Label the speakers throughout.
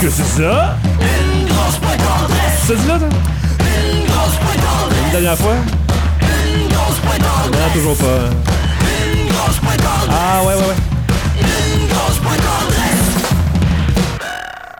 Speaker 1: que c'est ça?
Speaker 2: Une grosse pointe tendresse.
Speaker 1: Ça dit là, ça?
Speaker 2: Une grosse pointe
Speaker 1: Une
Speaker 2: tendresse.
Speaker 1: dernière fois?
Speaker 2: Une grosse pointe
Speaker 1: Non,
Speaker 2: tendresse.
Speaker 1: toujours pas.
Speaker 2: Une grosse pointe tendresse.
Speaker 1: Ah, ouais, ouais, ouais.
Speaker 2: Une grosse pointe tendresse.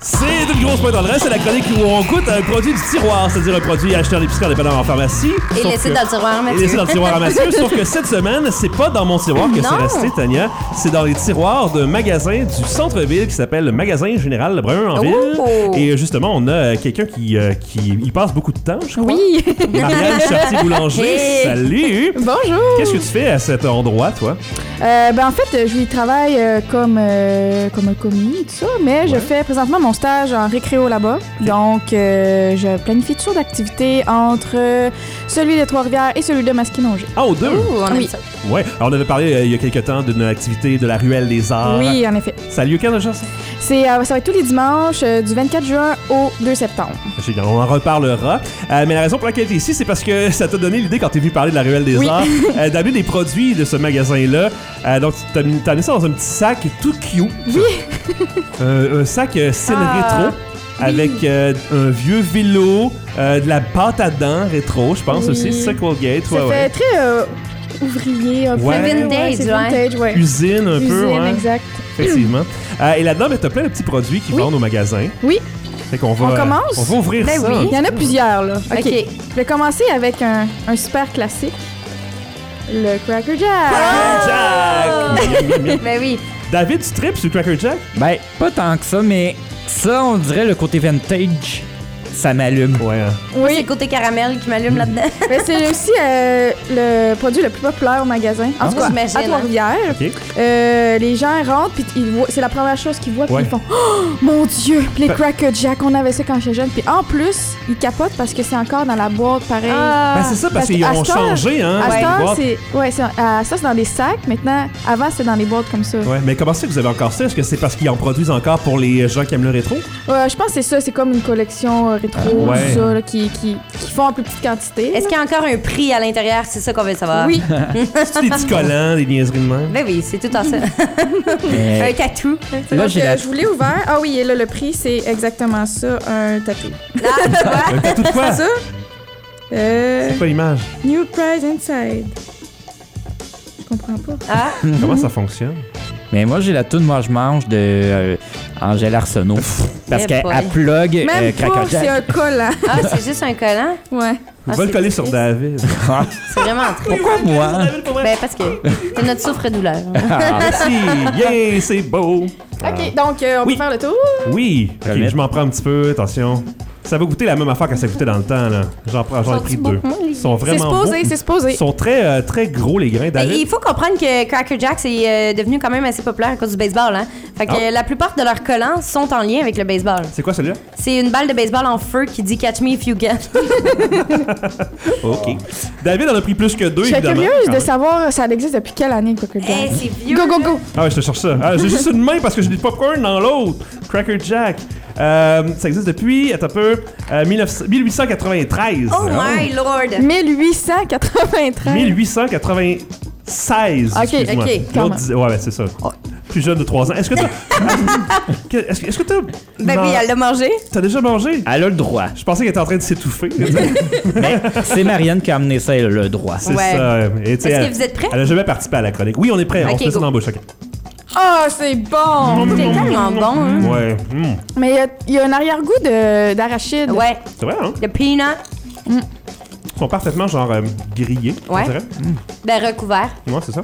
Speaker 1: C'est une grosse pointe tendresse, c'est la chronique où on goûte un produit du tiroir, c'est-à-dire un produit acheté en épicerie en dépendant en pharmacie.
Speaker 3: Et
Speaker 1: Sauf
Speaker 3: laissé
Speaker 1: que-
Speaker 3: dans le tiroir à
Speaker 1: Et
Speaker 3: Mathieu.
Speaker 1: laissé dans le tiroir à Mathieu, sauf que cette semaine, c'est pas dans mon tiroir que c'est
Speaker 3: Non.
Speaker 1: resté, Tania. C'est dans les tiroirs d'un magasin du centre-ville qui s'appelle le Magasin Général Lebrun en ville.
Speaker 3: Oh!
Speaker 1: Et justement, on a euh, quelqu'un qui, euh, qui y passe beaucoup de temps, je crois.
Speaker 4: Oui.
Speaker 1: Marianne Chartier-Boulanger,
Speaker 3: Hey!
Speaker 1: salut!
Speaker 4: Bonjour.
Speaker 1: Qu'est-ce que tu fais à cet endroit, toi?
Speaker 4: Euh, ben, en fait, je travaille euh, comme, euh, comme un commis, tout ça, mais je
Speaker 1: Ouais.
Speaker 4: fais présentement mon stage en récréo là-bas. Donc, euh, je planifie toutes sortes d'activités entre euh, celui de Trois-Rivières et celui de Masquinongé.
Speaker 1: Ah, aux deux!
Speaker 3: Ouh, on aime
Speaker 4: Oui.
Speaker 3: ça.
Speaker 1: Ouais, alors on avait parlé euh, il y a quelques temps d'une activité de la ruelle des arts.
Speaker 4: Oui, en effet.
Speaker 1: Ça a lieu quand déjà ça?
Speaker 4: C'est, euh, ça va être tous les dimanches euh, du 24 juin au 2 septembre.
Speaker 1: J'ai- On en reparlera. Euh, mais la raison pour laquelle tu es ici, c'est parce que ça t'a donné l'idée quand t'es vu parler de la ruelle des
Speaker 4: Oui.
Speaker 1: arts euh, d'amener des produits de ce magasin-là. Euh, donc, tu t'as mis t'as amené ça dans un petit sac tout cute. Oui. un sac euh, style
Speaker 4: Ah,
Speaker 1: rétro. Avec euh, un vieux vélo, euh, de la pâte à dents rétro, je pense
Speaker 4: Oui.
Speaker 1: aussi, c'est ça Colgate, ouais,
Speaker 4: ça
Speaker 1: ouais.
Speaker 4: fait très euh, ouvrier, un peu.
Speaker 1: Ouais.
Speaker 4: Ouais,
Speaker 3: Vintage,
Speaker 4: c'est
Speaker 3: ouais.
Speaker 4: vintage, ouais.
Speaker 1: Usine un peu,
Speaker 4: Usine,
Speaker 1: ouais,
Speaker 4: exact.
Speaker 1: effectivement. Euh, et là-dedans, ben, t'as plein de petits produits qui
Speaker 4: Oui.
Speaker 1: vendent au magasin.
Speaker 4: Oui.
Speaker 1: Fait qu'on va,
Speaker 4: On commence?
Speaker 1: On va ouvrir
Speaker 3: Ben
Speaker 1: ça.
Speaker 3: oui.
Speaker 4: Il y en a plusieurs, là.
Speaker 3: OK.
Speaker 4: OK. Je vais commencer avec un, un super classique, le Cracker Jack.
Speaker 1: Ah! Jack! Miam, miam, miam.
Speaker 3: Ben oui.
Speaker 1: David, tu tripes sur Cracker Jack?
Speaker 5: Ben, pas tant que ça, mais ça, on dirait le côté vintage, ça m'allume.
Speaker 1: Ouais. hein.
Speaker 3: Oui. C'est le côté caramel qui m'allume là-dedans.
Speaker 4: Mais c'est aussi euh, le produit le plus populaire au magasin. En tout cas,
Speaker 3: j'imagine,
Speaker 4: à Trois-Rivières.
Speaker 1: OK.
Speaker 4: Euh, les gens rentrent, puis ils voient- c'est la première chose qu'ils voient, puis
Speaker 1: Ouais.
Speaker 4: ils font Oh mon Dieu! Puis les Cracker Jack, on avait ça quand j'étais jeune. Puis en plus, ils capotent parce que c'est encore dans la boîte, pareil.
Speaker 1: Ben, c'est ça, parce,
Speaker 4: Ah, Parce
Speaker 1: qu'ils
Speaker 4: qu'à
Speaker 1: ont
Speaker 4: cette heure-
Speaker 1: changé, hein,
Speaker 4: À
Speaker 1: les
Speaker 4: cette heure,
Speaker 1: boîtes.
Speaker 4: c'est ouais, c'est- à ça, c'est dans des sacs. Maintenant, avant, c'était dans des boîtes comme ça.
Speaker 1: Ouais, mais comment c'est que vous avez encore ça? Est-ce que c'est parce qu'ils en produisent encore pour les gens qui aiment le rétro?
Speaker 4: Ouais, je pense que c'est ça, c'est comme une collection euh, rétro,
Speaker 1: Ah, ouais.
Speaker 4: tout ça, là, qui, qui, qui font en plus petite quantité.
Speaker 3: Est-ce qu'il y a encore un prix à l'intérieur? C'est ça qu'on veut savoir.
Speaker 4: Oui,
Speaker 1: C'est des petits collants, des niaiseries de même?
Speaker 3: Ben oui, c'est tout en ça.
Speaker 5: Mais
Speaker 3: un tatou.
Speaker 5: là,
Speaker 4: donc,
Speaker 5: j'ai
Speaker 4: euh,
Speaker 5: la...
Speaker 4: je vous l'ai ouvert. Ah oui, et là, le prix, c'est exactement ça, un tatou.
Speaker 1: Un tatou de quoi?
Speaker 4: Ça? Euh,
Speaker 1: C'est pas l'image.
Speaker 4: new prize inside. Je comprends pas.
Speaker 3: Ah,
Speaker 1: Comment ça fonctionne?
Speaker 5: Mais moi, j'ai la toune Moi, je mange de euh, Angèle Arsenault. Parce
Speaker 3: Eh
Speaker 5: qu'elle
Speaker 3: boy.
Speaker 5: elle plug euh,
Speaker 4: Même pas,
Speaker 5: Cracker
Speaker 4: c'est
Speaker 5: Jack.
Speaker 4: un collant.
Speaker 3: ah c'est juste un collant?
Speaker 4: Ouais.
Speaker 1: Vous
Speaker 3: Ah,
Speaker 1: pouvez le
Speaker 3: c'est
Speaker 1: coller sur
Speaker 3: triste.
Speaker 1: David.
Speaker 3: C'est vraiment triste.
Speaker 5: Pourquoi moi?
Speaker 3: Ben parce que c'est notre souffre-douleur.
Speaker 1: Ah, Merci! Yay, c'est beau!
Speaker 4: Ok, donc, euh, on
Speaker 1: Oui.
Speaker 4: peut faire le tour.
Speaker 1: Oui! Ok,
Speaker 5: Colette.
Speaker 1: je m'en prends un petit peu, attention. Ça va goûter la même affaire que ça goûtait dans le temps, là. J'en prends, j'en ai pris deux. Ils sont
Speaker 4: C'est
Speaker 1: vraiment beaux.
Speaker 4: supposé, c'est
Speaker 1: Ils
Speaker 4: supposé.
Speaker 1: sont très, euh, très gros, les grains,
Speaker 3: Ben,
Speaker 1: David.
Speaker 3: il faut comprendre que Cracker Jack c'est euh, devenu quand même assez populaire à cause du baseball. Hein? Fait que
Speaker 1: Ah.
Speaker 3: euh, la plupart de leurs collants sont en lien avec le baseball.
Speaker 1: C'est quoi celui-là?
Speaker 3: C'est une balle de baseball en feu qui dit Catch me if you get.
Speaker 1: OK. David en a pris plus que deux,
Speaker 4: Je suis
Speaker 1: évidemment.
Speaker 4: curieuse
Speaker 1: Ah
Speaker 4: de
Speaker 1: ouais.
Speaker 4: savoir ça existe depuis quelle année, Cracker Jack.
Speaker 3: Hey, Eh, c'est vieux,
Speaker 4: Go, go,
Speaker 3: là.
Speaker 4: go.
Speaker 1: Ah ouais, je te cherche ça. Ah, j'ai juste une main parce que j'ai du popcorn dans l'autre. Cracker Jack. Euh, ça existe depuis, attends un peu, euh, 19- 1893.
Speaker 3: Oh my lord!
Speaker 4: 1893.
Speaker 1: 1896.
Speaker 4: Ok,
Speaker 1: excuse-moi.
Speaker 3: ok, Oh.
Speaker 1: L'autre
Speaker 4: quand même.
Speaker 1: disait- Ouais, ouais, c'est ça. Plus jeune de 3 ans. Est-ce que t'as. Que- Est-ce que- est-ce que t'as.
Speaker 3: Ben
Speaker 1: Non.
Speaker 3: oui, elle l'a mangé.
Speaker 1: T'as déjà mangé?
Speaker 5: Elle a le droit.
Speaker 1: Je pensais qu'elle était en train de s'étouffer.
Speaker 5: Ben, C'est Marianne qui a amené ça, elle a le droit.
Speaker 1: C'est
Speaker 3: Ouais.
Speaker 1: ça. Et tu sais,
Speaker 3: Est-ce
Speaker 1: elle-
Speaker 3: que vous êtes prêts?
Speaker 1: Elle a jamais participé à la chronique. Oui, on est prêts. on
Speaker 3: Ok,
Speaker 1: se met ça
Speaker 3: go.
Speaker 1: dans la bouche. ok.
Speaker 4: Ah, c'est bon!
Speaker 3: C'est tellement bon, hein?
Speaker 1: Ouais. hmm.
Speaker 4: Mais il y a- il y, a un arrière-goût de- d'arachide.
Speaker 3: Ouais,
Speaker 1: C'est vrai, hein?
Speaker 3: le peanut,
Speaker 1: Ils sont parfaitement genre euh, grillés. on
Speaker 3: Ouais.
Speaker 1: dirait.
Speaker 3: ben recouvert.
Speaker 1: Ouais, c'est ça.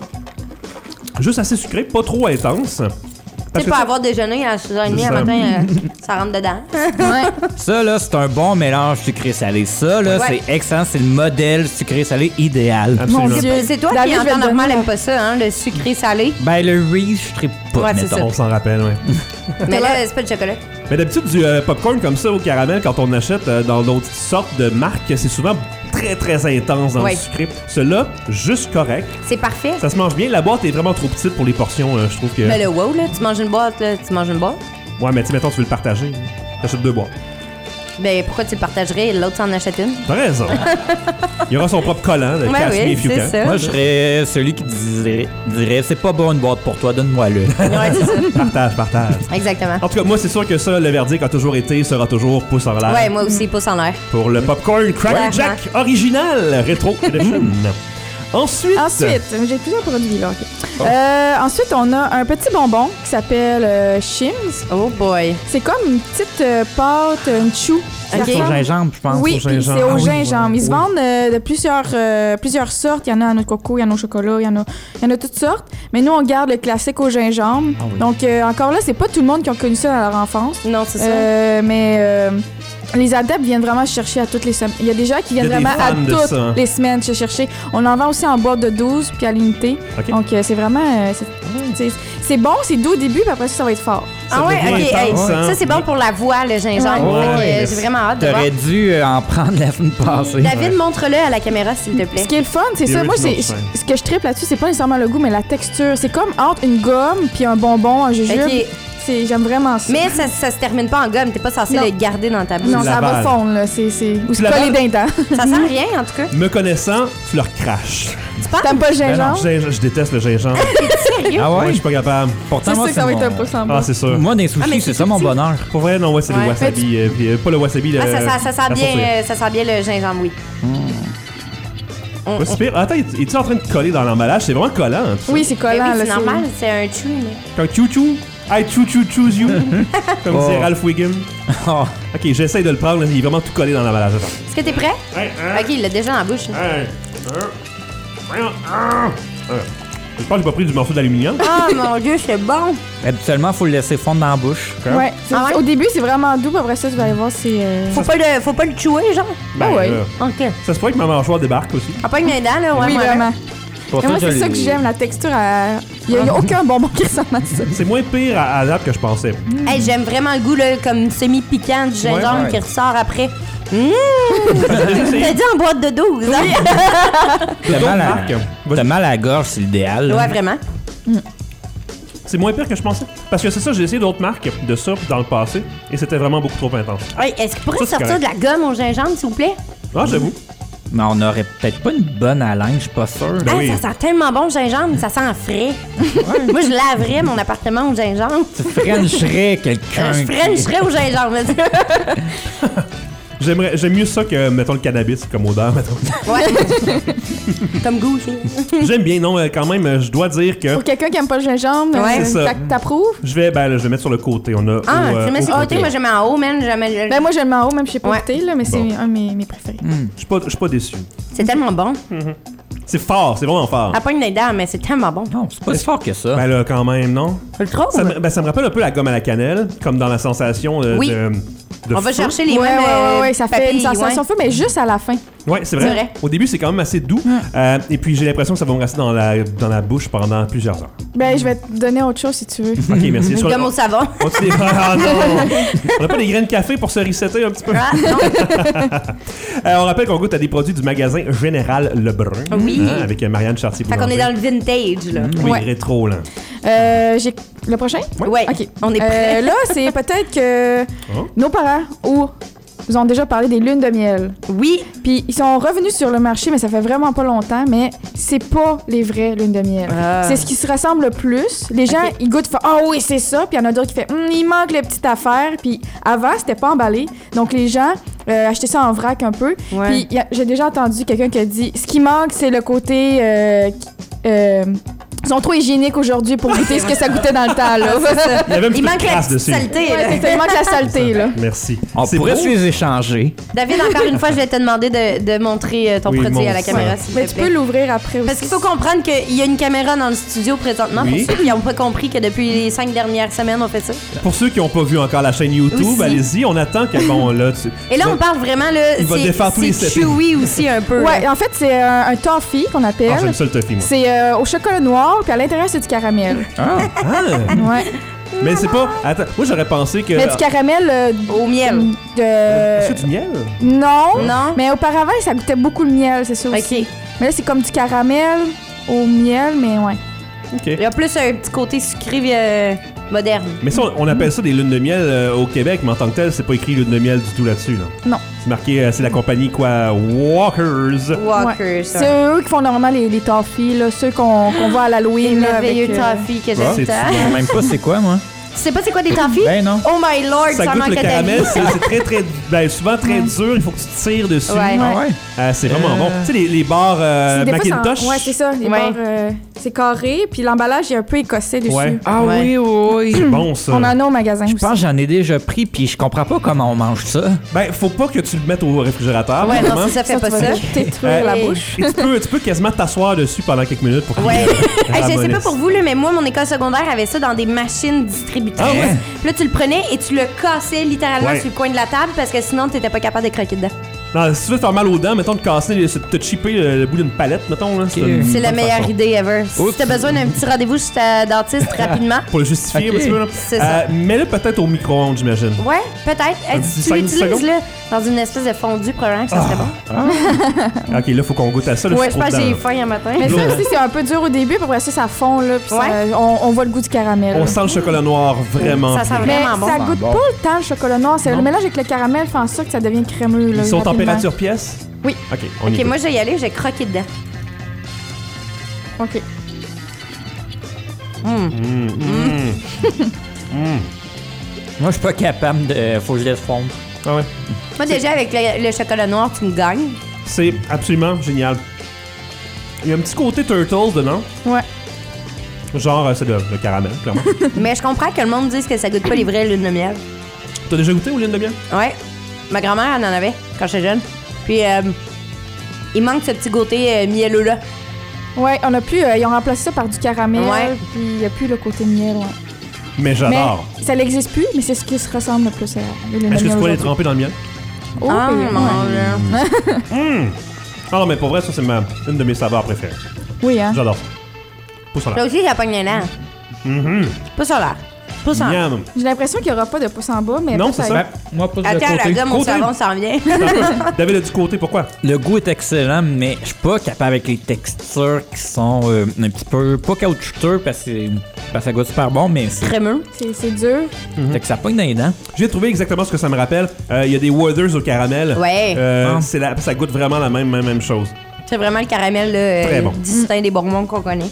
Speaker 1: Juste assez sucré, pas trop intense.
Speaker 3: Tu
Speaker 1: Parce
Speaker 3: sais,
Speaker 1: que
Speaker 3: pas
Speaker 1: ça-
Speaker 3: avoir déjeuné à 6h30
Speaker 1: C'est
Speaker 3: à
Speaker 1: ça.
Speaker 3: matin, euh, ça rentre dedans.
Speaker 5: Ça, là, c'est un bon mélange sucré-salé. Ça, là,
Speaker 3: Ouais.
Speaker 5: c'est excellent. C'est le modèle sucré-salé idéal.
Speaker 1: Absolument.
Speaker 4: Mon Dieu.
Speaker 3: C'est toi
Speaker 4: David,
Speaker 3: qui,
Speaker 4: je
Speaker 3: en
Speaker 4: vais
Speaker 3: temps
Speaker 4: te donner
Speaker 3: normal,
Speaker 4: la-
Speaker 3: aime pas ça, hein, le sucré salé.
Speaker 5: Ben, le Reese, je tripe pas,
Speaker 3: Ouais, c'est
Speaker 5: mettons.
Speaker 3: ça.
Speaker 1: On s'en rappelle, ouais.
Speaker 3: Mais là, c'est pas du chocolat.
Speaker 1: Mais d'habitude, du euh, popcorn comme ça au caramel, quand on achète euh, dans d'autres sortes de marques, c'est souvent très très intense dans
Speaker 3: Ouais.
Speaker 1: le sucré. Celui-là, juste correct.
Speaker 3: C'est parfait.
Speaker 1: Ça se mange bien. La boîte est vraiment trop petite pour les portions, euh, je trouve que.
Speaker 3: Mais le wow, là, tu manges une boîte, là, tu manges une boîte.
Speaker 1: Ouais, mais tu sais, mettons, tu veux le partager. T'achètes deux boîtes.
Speaker 3: Ben, pourquoi tu le partagerais et l'autre s'en achète une?
Speaker 1: T'as raison. Il aura son propre collant de
Speaker 3: Ben
Speaker 1: casse
Speaker 3: oui, c'est ça.
Speaker 5: Moi, je serais celui qui dirait, dirait c'est pas bon une boîte pour toi, donne-moi-le.
Speaker 3: Ouais, c'est ça.
Speaker 1: Partage, partage.
Speaker 3: Exactement.
Speaker 1: En tout cas, moi, c'est sûr que ça, le verdict a toujours été, sera toujours pouce en l'air.
Speaker 3: Ouais, moi aussi, pouce en l'air.
Speaker 1: Pour le popcorn Cracker
Speaker 3: Ouais,
Speaker 1: Jack original, rétro edition. Ensuite,
Speaker 4: Ensuite, j'ai plusieurs produits là. ok. Euh, ensuite, on a un petit bonbon qui s'appelle euh, Shims.
Speaker 3: Oh boy.
Speaker 4: C'est comme une petite euh, pâte, une chou. Ça
Speaker 3: Ok.
Speaker 5: Au
Speaker 4: ressemble-
Speaker 5: gingembre, je pense.
Speaker 4: Oui,
Speaker 1: au
Speaker 4: puis
Speaker 1: gingembre.
Speaker 4: c'est
Speaker 1: Ah
Speaker 4: au
Speaker 1: oui,
Speaker 4: gingembre. Ils se
Speaker 1: oui.
Speaker 4: vendent euh, de plusieurs, euh, plusieurs sortes. Il y en a à notre coco, il y en a au chocolat, il y en a, il y en a toutes sortes. Mais nous, on garde le classique au gingembre.
Speaker 5: Ah oui.
Speaker 4: Donc, euh, encore là, c'est pas tout le monde qui a connu ça dans leur enfance.
Speaker 3: Non, c'est ça.
Speaker 4: Euh, mais euh, les adeptes viennent vraiment chercher à toutes les semaines. Il y a des gens qui viennent
Speaker 1: Il y a des
Speaker 4: vraiment à
Speaker 1: fans de
Speaker 4: toutes
Speaker 1: ça, hein.
Speaker 4: les semaines se chercher. On en vend aussi en boîte de 12 puis à l'unité.
Speaker 1: Ok.
Speaker 4: Donc euh, c'est vraiment. euh, c'est- c'est- c'est bon, c'est doux au début, puis après ça, ça va être fort.
Speaker 1: ça
Speaker 3: ah ouais,
Speaker 1: devient
Speaker 3: ok. hey,
Speaker 1: intense, hein.
Speaker 3: Ça, c'est bon pour la voix, le gingembre.
Speaker 1: Ouais.
Speaker 3: Fait que,
Speaker 1: Ouais.
Speaker 3: euh, J'ai vraiment hâte de voir.
Speaker 5: T'aurais dû euh, en prendre la semaine passée.
Speaker 3: David, montre-le à la caméra, s'il te plaît.
Speaker 4: Ce qui est le fun, c'est
Speaker 1: The
Speaker 4: ça. Moi,
Speaker 1: original
Speaker 4: c'est
Speaker 1: design.
Speaker 4: ce que je tripe là-dessus, c'est pas nécessairement le goût, mais la texture. C'est comme entre une gomme puis un bonbon, un jujube.
Speaker 3: Ok.
Speaker 4: C'est- J'aime vraiment ça.
Speaker 3: Mais ça, ça se termine pas en gomme. T'es pas censé
Speaker 4: Non.
Speaker 3: le garder dans ta bouche.
Speaker 4: non,
Speaker 1: Tu
Speaker 4: ça va
Speaker 1: l'avales.
Speaker 4: fondre, là. C'est c'est- ou se
Speaker 1: l'avales?
Speaker 4: coller d'un dents.
Speaker 3: Ça sent rien, en tout cas.
Speaker 1: me connaissant, tu leur craches.
Speaker 3: Tu penses?
Speaker 4: T'aimes pas le
Speaker 1: Ben non,
Speaker 4: gingembre?
Speaker 1: gingem- je déteste le gingembre.
Speaker 5: Ah
Speaker 1: Moi, je
Speaker 5: ouais?
Speaker 1: suis pas capable.
Speaker 5: Pourtant,
Speaker 4: C'est
Speaker 5: moi,
Speaker 4: sûr que ça va être un
Speaker 5: mon-
Speaker 4: peu sans
Speaker 1: Ah,
Speaker 4: bon.
Speaker 1: c'est sûr.
Speaker 5: Moi, des
Speaker 3: Ah, mais
Speaker 5: sushis,
Speaker 3: c'est
Speaker 5: c'est ça mon
Speaker 3: petit.
Speaker 5: bonheur.
Speaker 1: Pour vrai, non, ouais, c'est le
Speaker 3: Ouais.
Speaker 1: wasabi. euh, puis, euh, pas le wasabi, le.
Speaker 3: Ah, ça, sent- ça sent
Speaker 1: la
Speaker 3: bien,
Speaker 1: fourrure.
Speaker 3: euh, ça sent bien le gingembre, oui.
Speaker 1: Pas si pire. Attends, es- es-tu en train de coller dans l'emballage? C'est vraiment collant. hein, tout ça.
Speaker 4: Oui, c'est
Speaker 3: Ben
Speaker 4: collant,
Speaker 3: oui,
Speaker 4: là.
Speaker 3: c'est normal, c'est un chew, mais...
Speaker 1: Quand chou-chou, I chou-chou choose you. Comme disait
Speaker 5: Oh.
Speaker 1: Ralph Wiggum.
Speaker 5: Oh,
Speaker 1: Ok, j'essaye de le prendre, là, il est vraiment tout collé dans l'emballage. Attends.
Speaker 3: Est-ce que t'es prêt?
Speaker 1: Hey, hein?
Speaker 3: Ok, il l'a déjà dans la bouche.
Speaker 1: Hey, hein? Voyons, hein? Hein. Je pense que j'ai pas pris du morceau d'aluminium.
Speaker 3: Ah, mon Dieu, c'est bon!
Speaker 5: habituellement, faut le laisser fondre dans la bouche.
Speaker 4: Ouais, c'est-
Speaker 3: Ah ouais?
Speaker 4: Au début, c'est vraiment doux, puis après ça, tu vas aller voir si. euh,
Speaker 3: Faut pas le, faut pas le chewer, genre?
Speaker 1: Ben,
Speaker 4: ouais.
Speaker 1: là,
Speaker 3: Ok.
Speaker 1: Ça se pourrait que ma mâchoire débarque aussi.
Speaker 3: Ah, pas une main dedans, là? Ouais,
Speaker 4: Oui,
Speaker 3: ouais, ouais.
Speaker 4: vraiment.
Speaker 5: Pour
Speaker 4: Et moi,
Speaker 5: je
Speaker 4: c'est ça
Speaker 5: l'ai-
Speaker 4: que j'aime, la texture. elle- Il n'y a, il y a aucun bonbon qui ressemble à ça.
Speaker 1: C'est moins pire à, à date que je pensais.
Speaker 3: Hey, j'aime vraiment le goût, là, comme semi-piquant du gingembre
Speaker 5: Ouais, ouais.
Speaker 3: qui ressort après. Mmh! T'as dit en boîte de 12, hein?
Speaker 5: T'as mal, à...
Speaker 1: Marc, vas-y.
Speaker 5: t'as mal à la gorge, c'est l'idéal. là.
Speaker 3: ouais, vraiment.
Speaker 1: C'est moins pire que je pensais. Parce que c'est ça, j'ai essayé d'autres marques de ça dans le passé et c'était vraiment beaucoup trop intense.
Speaker 3: Hey, est-ce que pourrait
Speaker 1: Ça, c'est
Speaker 3: sortir de la gomme au gingembre, s'il vous plaît?
Speaker 1: Ah, j'avoue.
Speaker 5: Mais on aurait peut-être pas une bonne haleine, je suis pas sûr.
Speaker 1: Ben
Speaker 3: Ah,
Speaker 1: oui.
Speaker 3: Ça sent tellement bon, le gingembre, ça sent frais. Moi, je laverais mon appartement au gingembre.
Speaker 5: Tu frencherais quelqu'un.
Speaker 3: Je frencherais au gingembre. monsieur.
Speaker 1: J'aimerais, j'aime mieux ça que, mettons, le cannabis comme odeur, mettons.
Speaker 3: Ouais. comme goût aussi.
Speaker 1: j'aime bien, non, euh, quand même, euh, je dois dire que
Speaker 4: Pour quelqu'un qui aime pas le gingembre,
Speaker 3: Ouais.
Speaker 4: euh,
Speaker 1: C'est ça.
Speaker 4: t'a- t'approuves?
Speaker 1: je vais, ben, là, je vais mettre sur le côté. On a.
Speaker 3: Ah,
Speaker 1: au, euh,
Speaker 3: tu
Speaker 1: au
Speaker 3: mets sur le côté,
Speaker 1: côté.
Speaker 3: moi je mets en haut, man. je mets-
Speaker 4: Ben moi j'aime en haut, même je sais pas
Speaker 3: Ouais.
Speaker 4: goûté, là, mais c'est
Speaker 1: Bon.
Speaker 4: un de mes, mes préférés.
Speaker 1: Je suis pas, je suis pas déçu.
Speaker 3: c'est tellement bon.
Speaker 1: C'est fort, c'est vraiment fort.
Speaker 3: À pas une dents, mais c'est tellement bon.
Speaker 5: Non, c'est pas si fort que ça.
Speaker 1: Ben là, quand même, non?
Speaker 3: Tu le trouves?
Speaker 1: Ça me, ben, ça me rappelle un peu la gomme à la cannelle, comme dans la sensation euh,
Speaker 3: Oui.
Speaker 1: de, de
Speaker 3: On va
Speaker 1: feu.
Speaker 3: chercher
Speaker 4: Ouais,
Speaker 3: les
Speaker 4: ouais,
Speaker 3: mêmes.
Speaker 4: ouais,
Speaker 3: euh,
Speaker 4: ouais, ça fait
Speaker 3: papilles,
Speaker 4: une sensation
Speaker 3: ouais.
Speaker 4: feu, mais juste à la fin.
Speaker 1: Ouais, c'est vrai.
Speaker 3: C'est vrai. Ah.
Speaker 1: Au début, c'est quand même assez doux. Euh, et puis, j'ai l'impression que ça va me rester dans la, dans la bouche pendant plusieurs heures.
Speaker 4: Ben je vais te donner autre chose si tu veux.
Speaker 1: Ok, merci. Sur-
Speaker 3: Gomme au savon.
Speaker 1: on tient- Ah, non! On n'a pas des graines de café pour se resetter un petit peu.
Speaker 3: Ah, non.
Speaker 1: Euh, on rappelle qu'on goûte à des produits du magasin Général Lebrun.
Speaker 3: Ah Oui.
Speaker 1: hein, avec euh, Marianne Chartier.
Speaker 3: Fait qu'on est dans le vintage, là.
Speaker 1: Mmh. Oui,
Speaker 4: Ouais.
Speaker 1: rétro, là.
Speaker 4: Euh, j'ai le prochain.
Speaker 3: Ouais.
Speaker 4: Ok.
Speaker 3: On est
Speaker 4: Euh,
Speaker 3: prêt.
Speaker 4: là c'est peut-être que
Speaker 1: Oh.
Speaker 4: nos parents ou nous ont déjà parlé des lunes de miel.
Speaker 3: Oui.
Speaker 4: Puis ils sont revenus sur le marché, mais ça fait vraiment pas longtemps. Mais c'est pas les vraies lunes de miel.
Speaker 3: Ah.
Speaker 4: C'est ce qui se ressemble le plus. Les gens,
Speaker 3: Ok.
Speaker 4: ils goûtent, ils font Ah oui, c'est ça. Puis il y en a d'autres qui font Hum, Il manque les petites affaires. Puis avant, c'était pas emballé. Donc les gens euh, achetaient ça en vrac un peu.
Speaker 3: Ouais.
Speaker 4: Puis il y a- j'ai déjà entendu quelqu'un qui a dit Ce qui manque, c'est le côté. euh, qui- euh, ils sont trop hygiéniques aujourd'hui pour goûter ce que ça goûtait dans le temps. Là.
Speaker 1: Il y avait un petit
Speaker 3: Il
Speaker 1: peu de
Speaker 3: manque la
Speaker 1: crasse
Speaker 3: petite
Speaker 1: dessus.
Speaker 3: saleté,
Speaker 4: Ouais,
Speaker 3: là.
Speaker 4: c'est ça, il manque la saleté. Là.
Speaker 1: Merci.
Speaker 5: On
Speaker 1: C'est
Speaker 5: pourrait
Speaker 1: beau.
Speaker 5: se les échanger.
Speaker 3: David, encore une fois, je vais te demander de, de montrer euh, ton
Speaker 1: Oui,
Speaker 3: produit à la
Speaker 1: montre ça.
Speaker 3: caméra, s'il
Speaker 4: Mais
Speaker 3: te
Speaker 4: tu
Speaker 3: plaît.
Speaker 4: peux l'ouvrir après aussi.
Speaker 3: Parce qu'il faut comprendre qu'il y a une caméra dans le studio présentement.
Speaker 1: Oui.
Speaker 3: Pour ceux qui n'ont pas compris que depuis les cinq dernières semaines, on fait ça.
Speaker 1: Pour ceux qui n'ont pas vu encore la chaîne YouTube,
Speaker 3: Aussi.
Speaker 1: allez-y, on attend que bon là tu.
Speaker 3: Et là, on parle vraiment, là,
Speaker 1: Il va
Speaker 3: c'est
Speaker 1: défaire tous les
Speaker 3: c'est
Speaker 1: settings.
Speaker 3: chewy aussi un peu.
Speaker 4: Ouais, en fait, c'est un, un toffee qu'on appelle.
Speaker 1: Ah, j'aime ça le toffee, moi.
Speaker 4: C'est euh, au chocolat noir, puis à l'intérieur, c'est du caramel.
Speaker 5: Ah,
Speaker 1: Ah,
Speaker 4: Ouais.
Speaker 1: mais c'est pas. Attends, moi j'aurais pensé que.
Speaker 4: Mais du caramel euh, d-
Speaker 3: Au miel.
Speaker 1: Est-ce
Speaker 4: de.
Speaker 1: que du miel?
Speaker 4: Non.
Speaker 3: Non.
Speaker 4: Mais auparavant, ça goûtait beaucoup le miel, c'est sûr.
Speaker 3: OK.
Speaker 4: Mais là, c'est comme du caramel au miel, mais ouais.
Speaker 1: OK.
Speaker 3: Il y a plus un petit côté sucré euh, moderne.
Speaker 1: Mais ça, on, on appelle ça des lunes de miel euh, au Québec, mais en tant que tel, c'est pas écrit lune de miel du tout là-dessus. Là.
Speaker 4: Non.
Speaker 1: C'est marqué, euh, c'est la compagnie quoi Walkers.
Speaker 4: Ouais.
Speaker 3: Walkers.
Speaker 4: C'est eux qui font normalement les, les toffees, là, ceux qu'on qu'on voit à l'Halloween.
Speaker 3: Les
Speaker 4: là, avec,
Speaker 3: merveilleux
Speaker 4: euh,
Speaker 3: toffees que
Speaker 1: Ah,
Speaker 3: j'aime
Speaker 1: c'est
Speaker 3: tant.
Speaker 5: Je sais même pas c'est quoi, moi.
Speaker 3: Tu sais pas c'est quoi des toffees?
Speaker 5: Ben non.
Speaker 3: Oh my lord, ça,
Speaker 1: Ça goûte
Speaker 3: manque
Speaker 1: le
Speaker 3: à ta vie.
Speaker 1: caramel, c'est c'est très très. Ben, souvent très dur, il faut que tu tires dessus.
Speaker 3: Ouais.
Speaker 5: Ah ouais?
Speaker 1: Ah, c'est vraiment
Speaker 5: Euh.
Speaker 1: bon. Tu sais, les, les bars euh,
Speaker 4: c'est des fois, c'est en-
Speaker 1: Macintosh.
Speaker 4: Ouais, c'est ça. les
Speaker 3: Ouais.
Speaker 4: barres, euh, c'est carré, puis l'emballage est un peu écossais dessus.
Speaker 1: Ouais.
Speaker 5: Ah
Speaker 3: Ouais.
Speaker 5: oui, oui, oui.
Speaker 1: C'est bon ça.
Speaker 4: On en a au magasin
Speaker 5: Je pense que j'en ai déjà pris, puis je comprends pas comment on mange ça.
Speaker 1: Ben, faut pas que tu le mettes au réfrigérateur.
Speaker 3: Ouais, non,
Speaker 1: vraiment.
Speaker 3: si ça fait pas ça.
Speaker 1: Ah Euh,
Speaker 4: Détruire la
Speaker 3: et-
Speaker 4: bouche.
Speaker 1: Et tu, peux, tu peux quasiment t'asseoir dessus pendant quelques minutes pour
Speaker 3: Ouais. Hey, je sais
Speaker 1: Ramones.
Speaker 3: pas pour vous, là, mais moi, mon école secondaire avait ça dans des machines distributrices.
Speaker 5: Ah ouais?
Speaker 3: Puis Là, tu le prenais et tu le cassais littéralement
Speaker 1: Ouais.
Speaker 3: sur le coin de la table parce que sinon, t'étais pas capable de croquer dedans.
Speaker 1: Non, si tu veux te faire mal aux dents, mettons de casser, de te chipper le, le bout d'une palette, mettons. là,
Speaker 5: Ok.
Speaker 1: une
Speaker 3: C'est la
Speaker 1: bonne
Speaker 3: meilleure
Speaker 1: façon.
Speaker 3: idée ever. Si t'as besoin d'un petit rendez-vous chez ta dentiste rapidement.
Speaker 1: Pour le justifier
Speaker 5: Ok.
Speaker 1: un petit peu. là.
Speaker 3: C'est ça.
Speaker 1: Euh, Mets-le peut-être au micro-ondes, j'imagine.
Speaker 3: Ouais, peut-être. Hey,
Speaker 1: petit
Speaker 3: si tu
Speaker 1: cinq secondes.
Speaker 3: l'utilises là, dans une espèce de fondue, probablement que ça serait bon.
Speaker 1: Ok, là, faut qu'on goûte à ça. Là,
Speaker 3: Ouais,
Speaker 1: c'est
Speaker 3: je
Speaker 1: trop
Speaker 3: pense que
Speaker 1: dedans,
Speaker 3: j'ai
Speaker 1: là.
Speaker 3: faim un matin.
Speaker 4: Mais ça
Speaker 1: Ouais.
Speaker 4: aussi, c'est un peu dur au début, puis après ça, ça fond, là, puis ça-
Speaker 3: Ouais.
Speaker 4: on, on voit le goût du caramel.
Speaker 1: On sent le chocolat noir vraiment.
Speaker 3: Ça sent
Speaker 1: bien.
Speaker 4: Mais
Speaker 3: vraiment bon.
Speaker 4: ça goûte
Speaker 5: Bon.
Speaker 4: pas le temps le chocolat noir. C'est le
Speaker 1: Non.
Speaker 4: mélange avec le caramel fait en sorte que ça devient crémeux. Là,
Speaker 1: Ils sont en
Speaker 4: rapidement.
Speaker 1: température pièce
Speaker 4: Oui.
Speaker 1: Ok, on y
Speaker 3: Ok,
Speaker 1: va.
Speaker 3: moi, je vais y aller, je vais croquer dedans.
Speaker 4: OK.
Speaker 1: Mm, mm.
Speaker 5: Moi, je suis pas capable de. Faut que je laisse fondre.
Speaker 1: Ah ouais.
Speaker 3: Moi, déjà, avec le, le chocolat noir, tu me gagnes.
Speaker 1: C'est absolument génial. Il y a un petit côté Turtles dedans.
Speaker 4: Ouais.
Speaker 1: Genre, euh, c'est le, le caramel, clairement.
Speaker 3: Mais je comprends que le monde dise que ça goûte pas les vraies lunes de miel.
Speaker 1: T'as déjà goûté aux lunes de miel?
Speaker 3: Ouais. Ma grand-mère, elle en avait quand j'étais jeune. Puis, euh, il manque ce petit côté euh, mielleux-là.
Speaker 4: Ouais, on a plus. euh, ils ont remplacé ça par du caramel,
Speaker 3: Ouais.
Speaker 4: puis il n'y a plus le côté miel. ouais.
Speaker 1: Mais j'adore.
Speaker 4: Mais ça n'existe plus, mais c'est ce qui se ressemble le plus à le
Speaker 1: Est-ce que tu
Speaker 4: miel
Speaker 1: pourrais les
Speaker 4: aujourd'hui.
Speaker 1: tremper dans le miel?
Speaker 4: Oh,
Speaker 3: Ah,
Speaker 4: oui,
Speaker 3: mon
Speaker 4: ouais.
Speaker 3: Dieu.
Speaker 1: Ah non, mais pour vrai, ça, c'est ma- une de mes saveurs préférées.
Speaker 4: Oui, hein.
Speaker 1: J'adore ça. Pousse en
Speaker 4: Ah.
Speaker 3: Là
Speaker 1: l'air.
Speaker 3: aussi, j'ai pas une nain. Pas sur l'air. Pas sur l'air.
Speaker 1: Miam.
Speaker 4: J'ai l'impression qu'il n'y aura pas de pouce en bas, mais.
Speaker 1: Non,
Speaker 4: après,
Speaker 1: c'est
Speaker 4: va
Speaker 1: ça.
Speaker 5: Ben, moi, pas
Speaker 3: Attends,
Speaker 5: de
Speaker 3: la
Speaker 5: côté.
Speaker 3: gomme au
Speaker 1: Côté.
Speaker 3: savon s'en vient.
Speaker 1: David a du côté, pourquoi?
Speaker 5: Le goût est excellent, mais je suis pas capable avec les textures qui sont euh, un petit peu. Pas caoutchouteux parce que, parce que ça goûte super bon, mais c'est.
Speaker 3: Crémeux.
Speaker 4: être- C'est c'est dur.
Speaker 5: Fait que ça pogne dans les dents.
Speaker 1: J'ai trouvé exactement ce que ça me rappelle. Euh, Il y a des Withers au caramel.
Speaker 3: Ouais.
Speaker 1: Euh,
Speaker 5: Ah.
Speaker 1: c'est la- ça goûte vraiment la même, même, même chose.
Speaker 3: C'est vraiment le caramel là,
Speaker 1: Très
Speaker 3: euh,
Speaker 1: bon.
Speaker 3: distinct des bonbons qu'on connaît.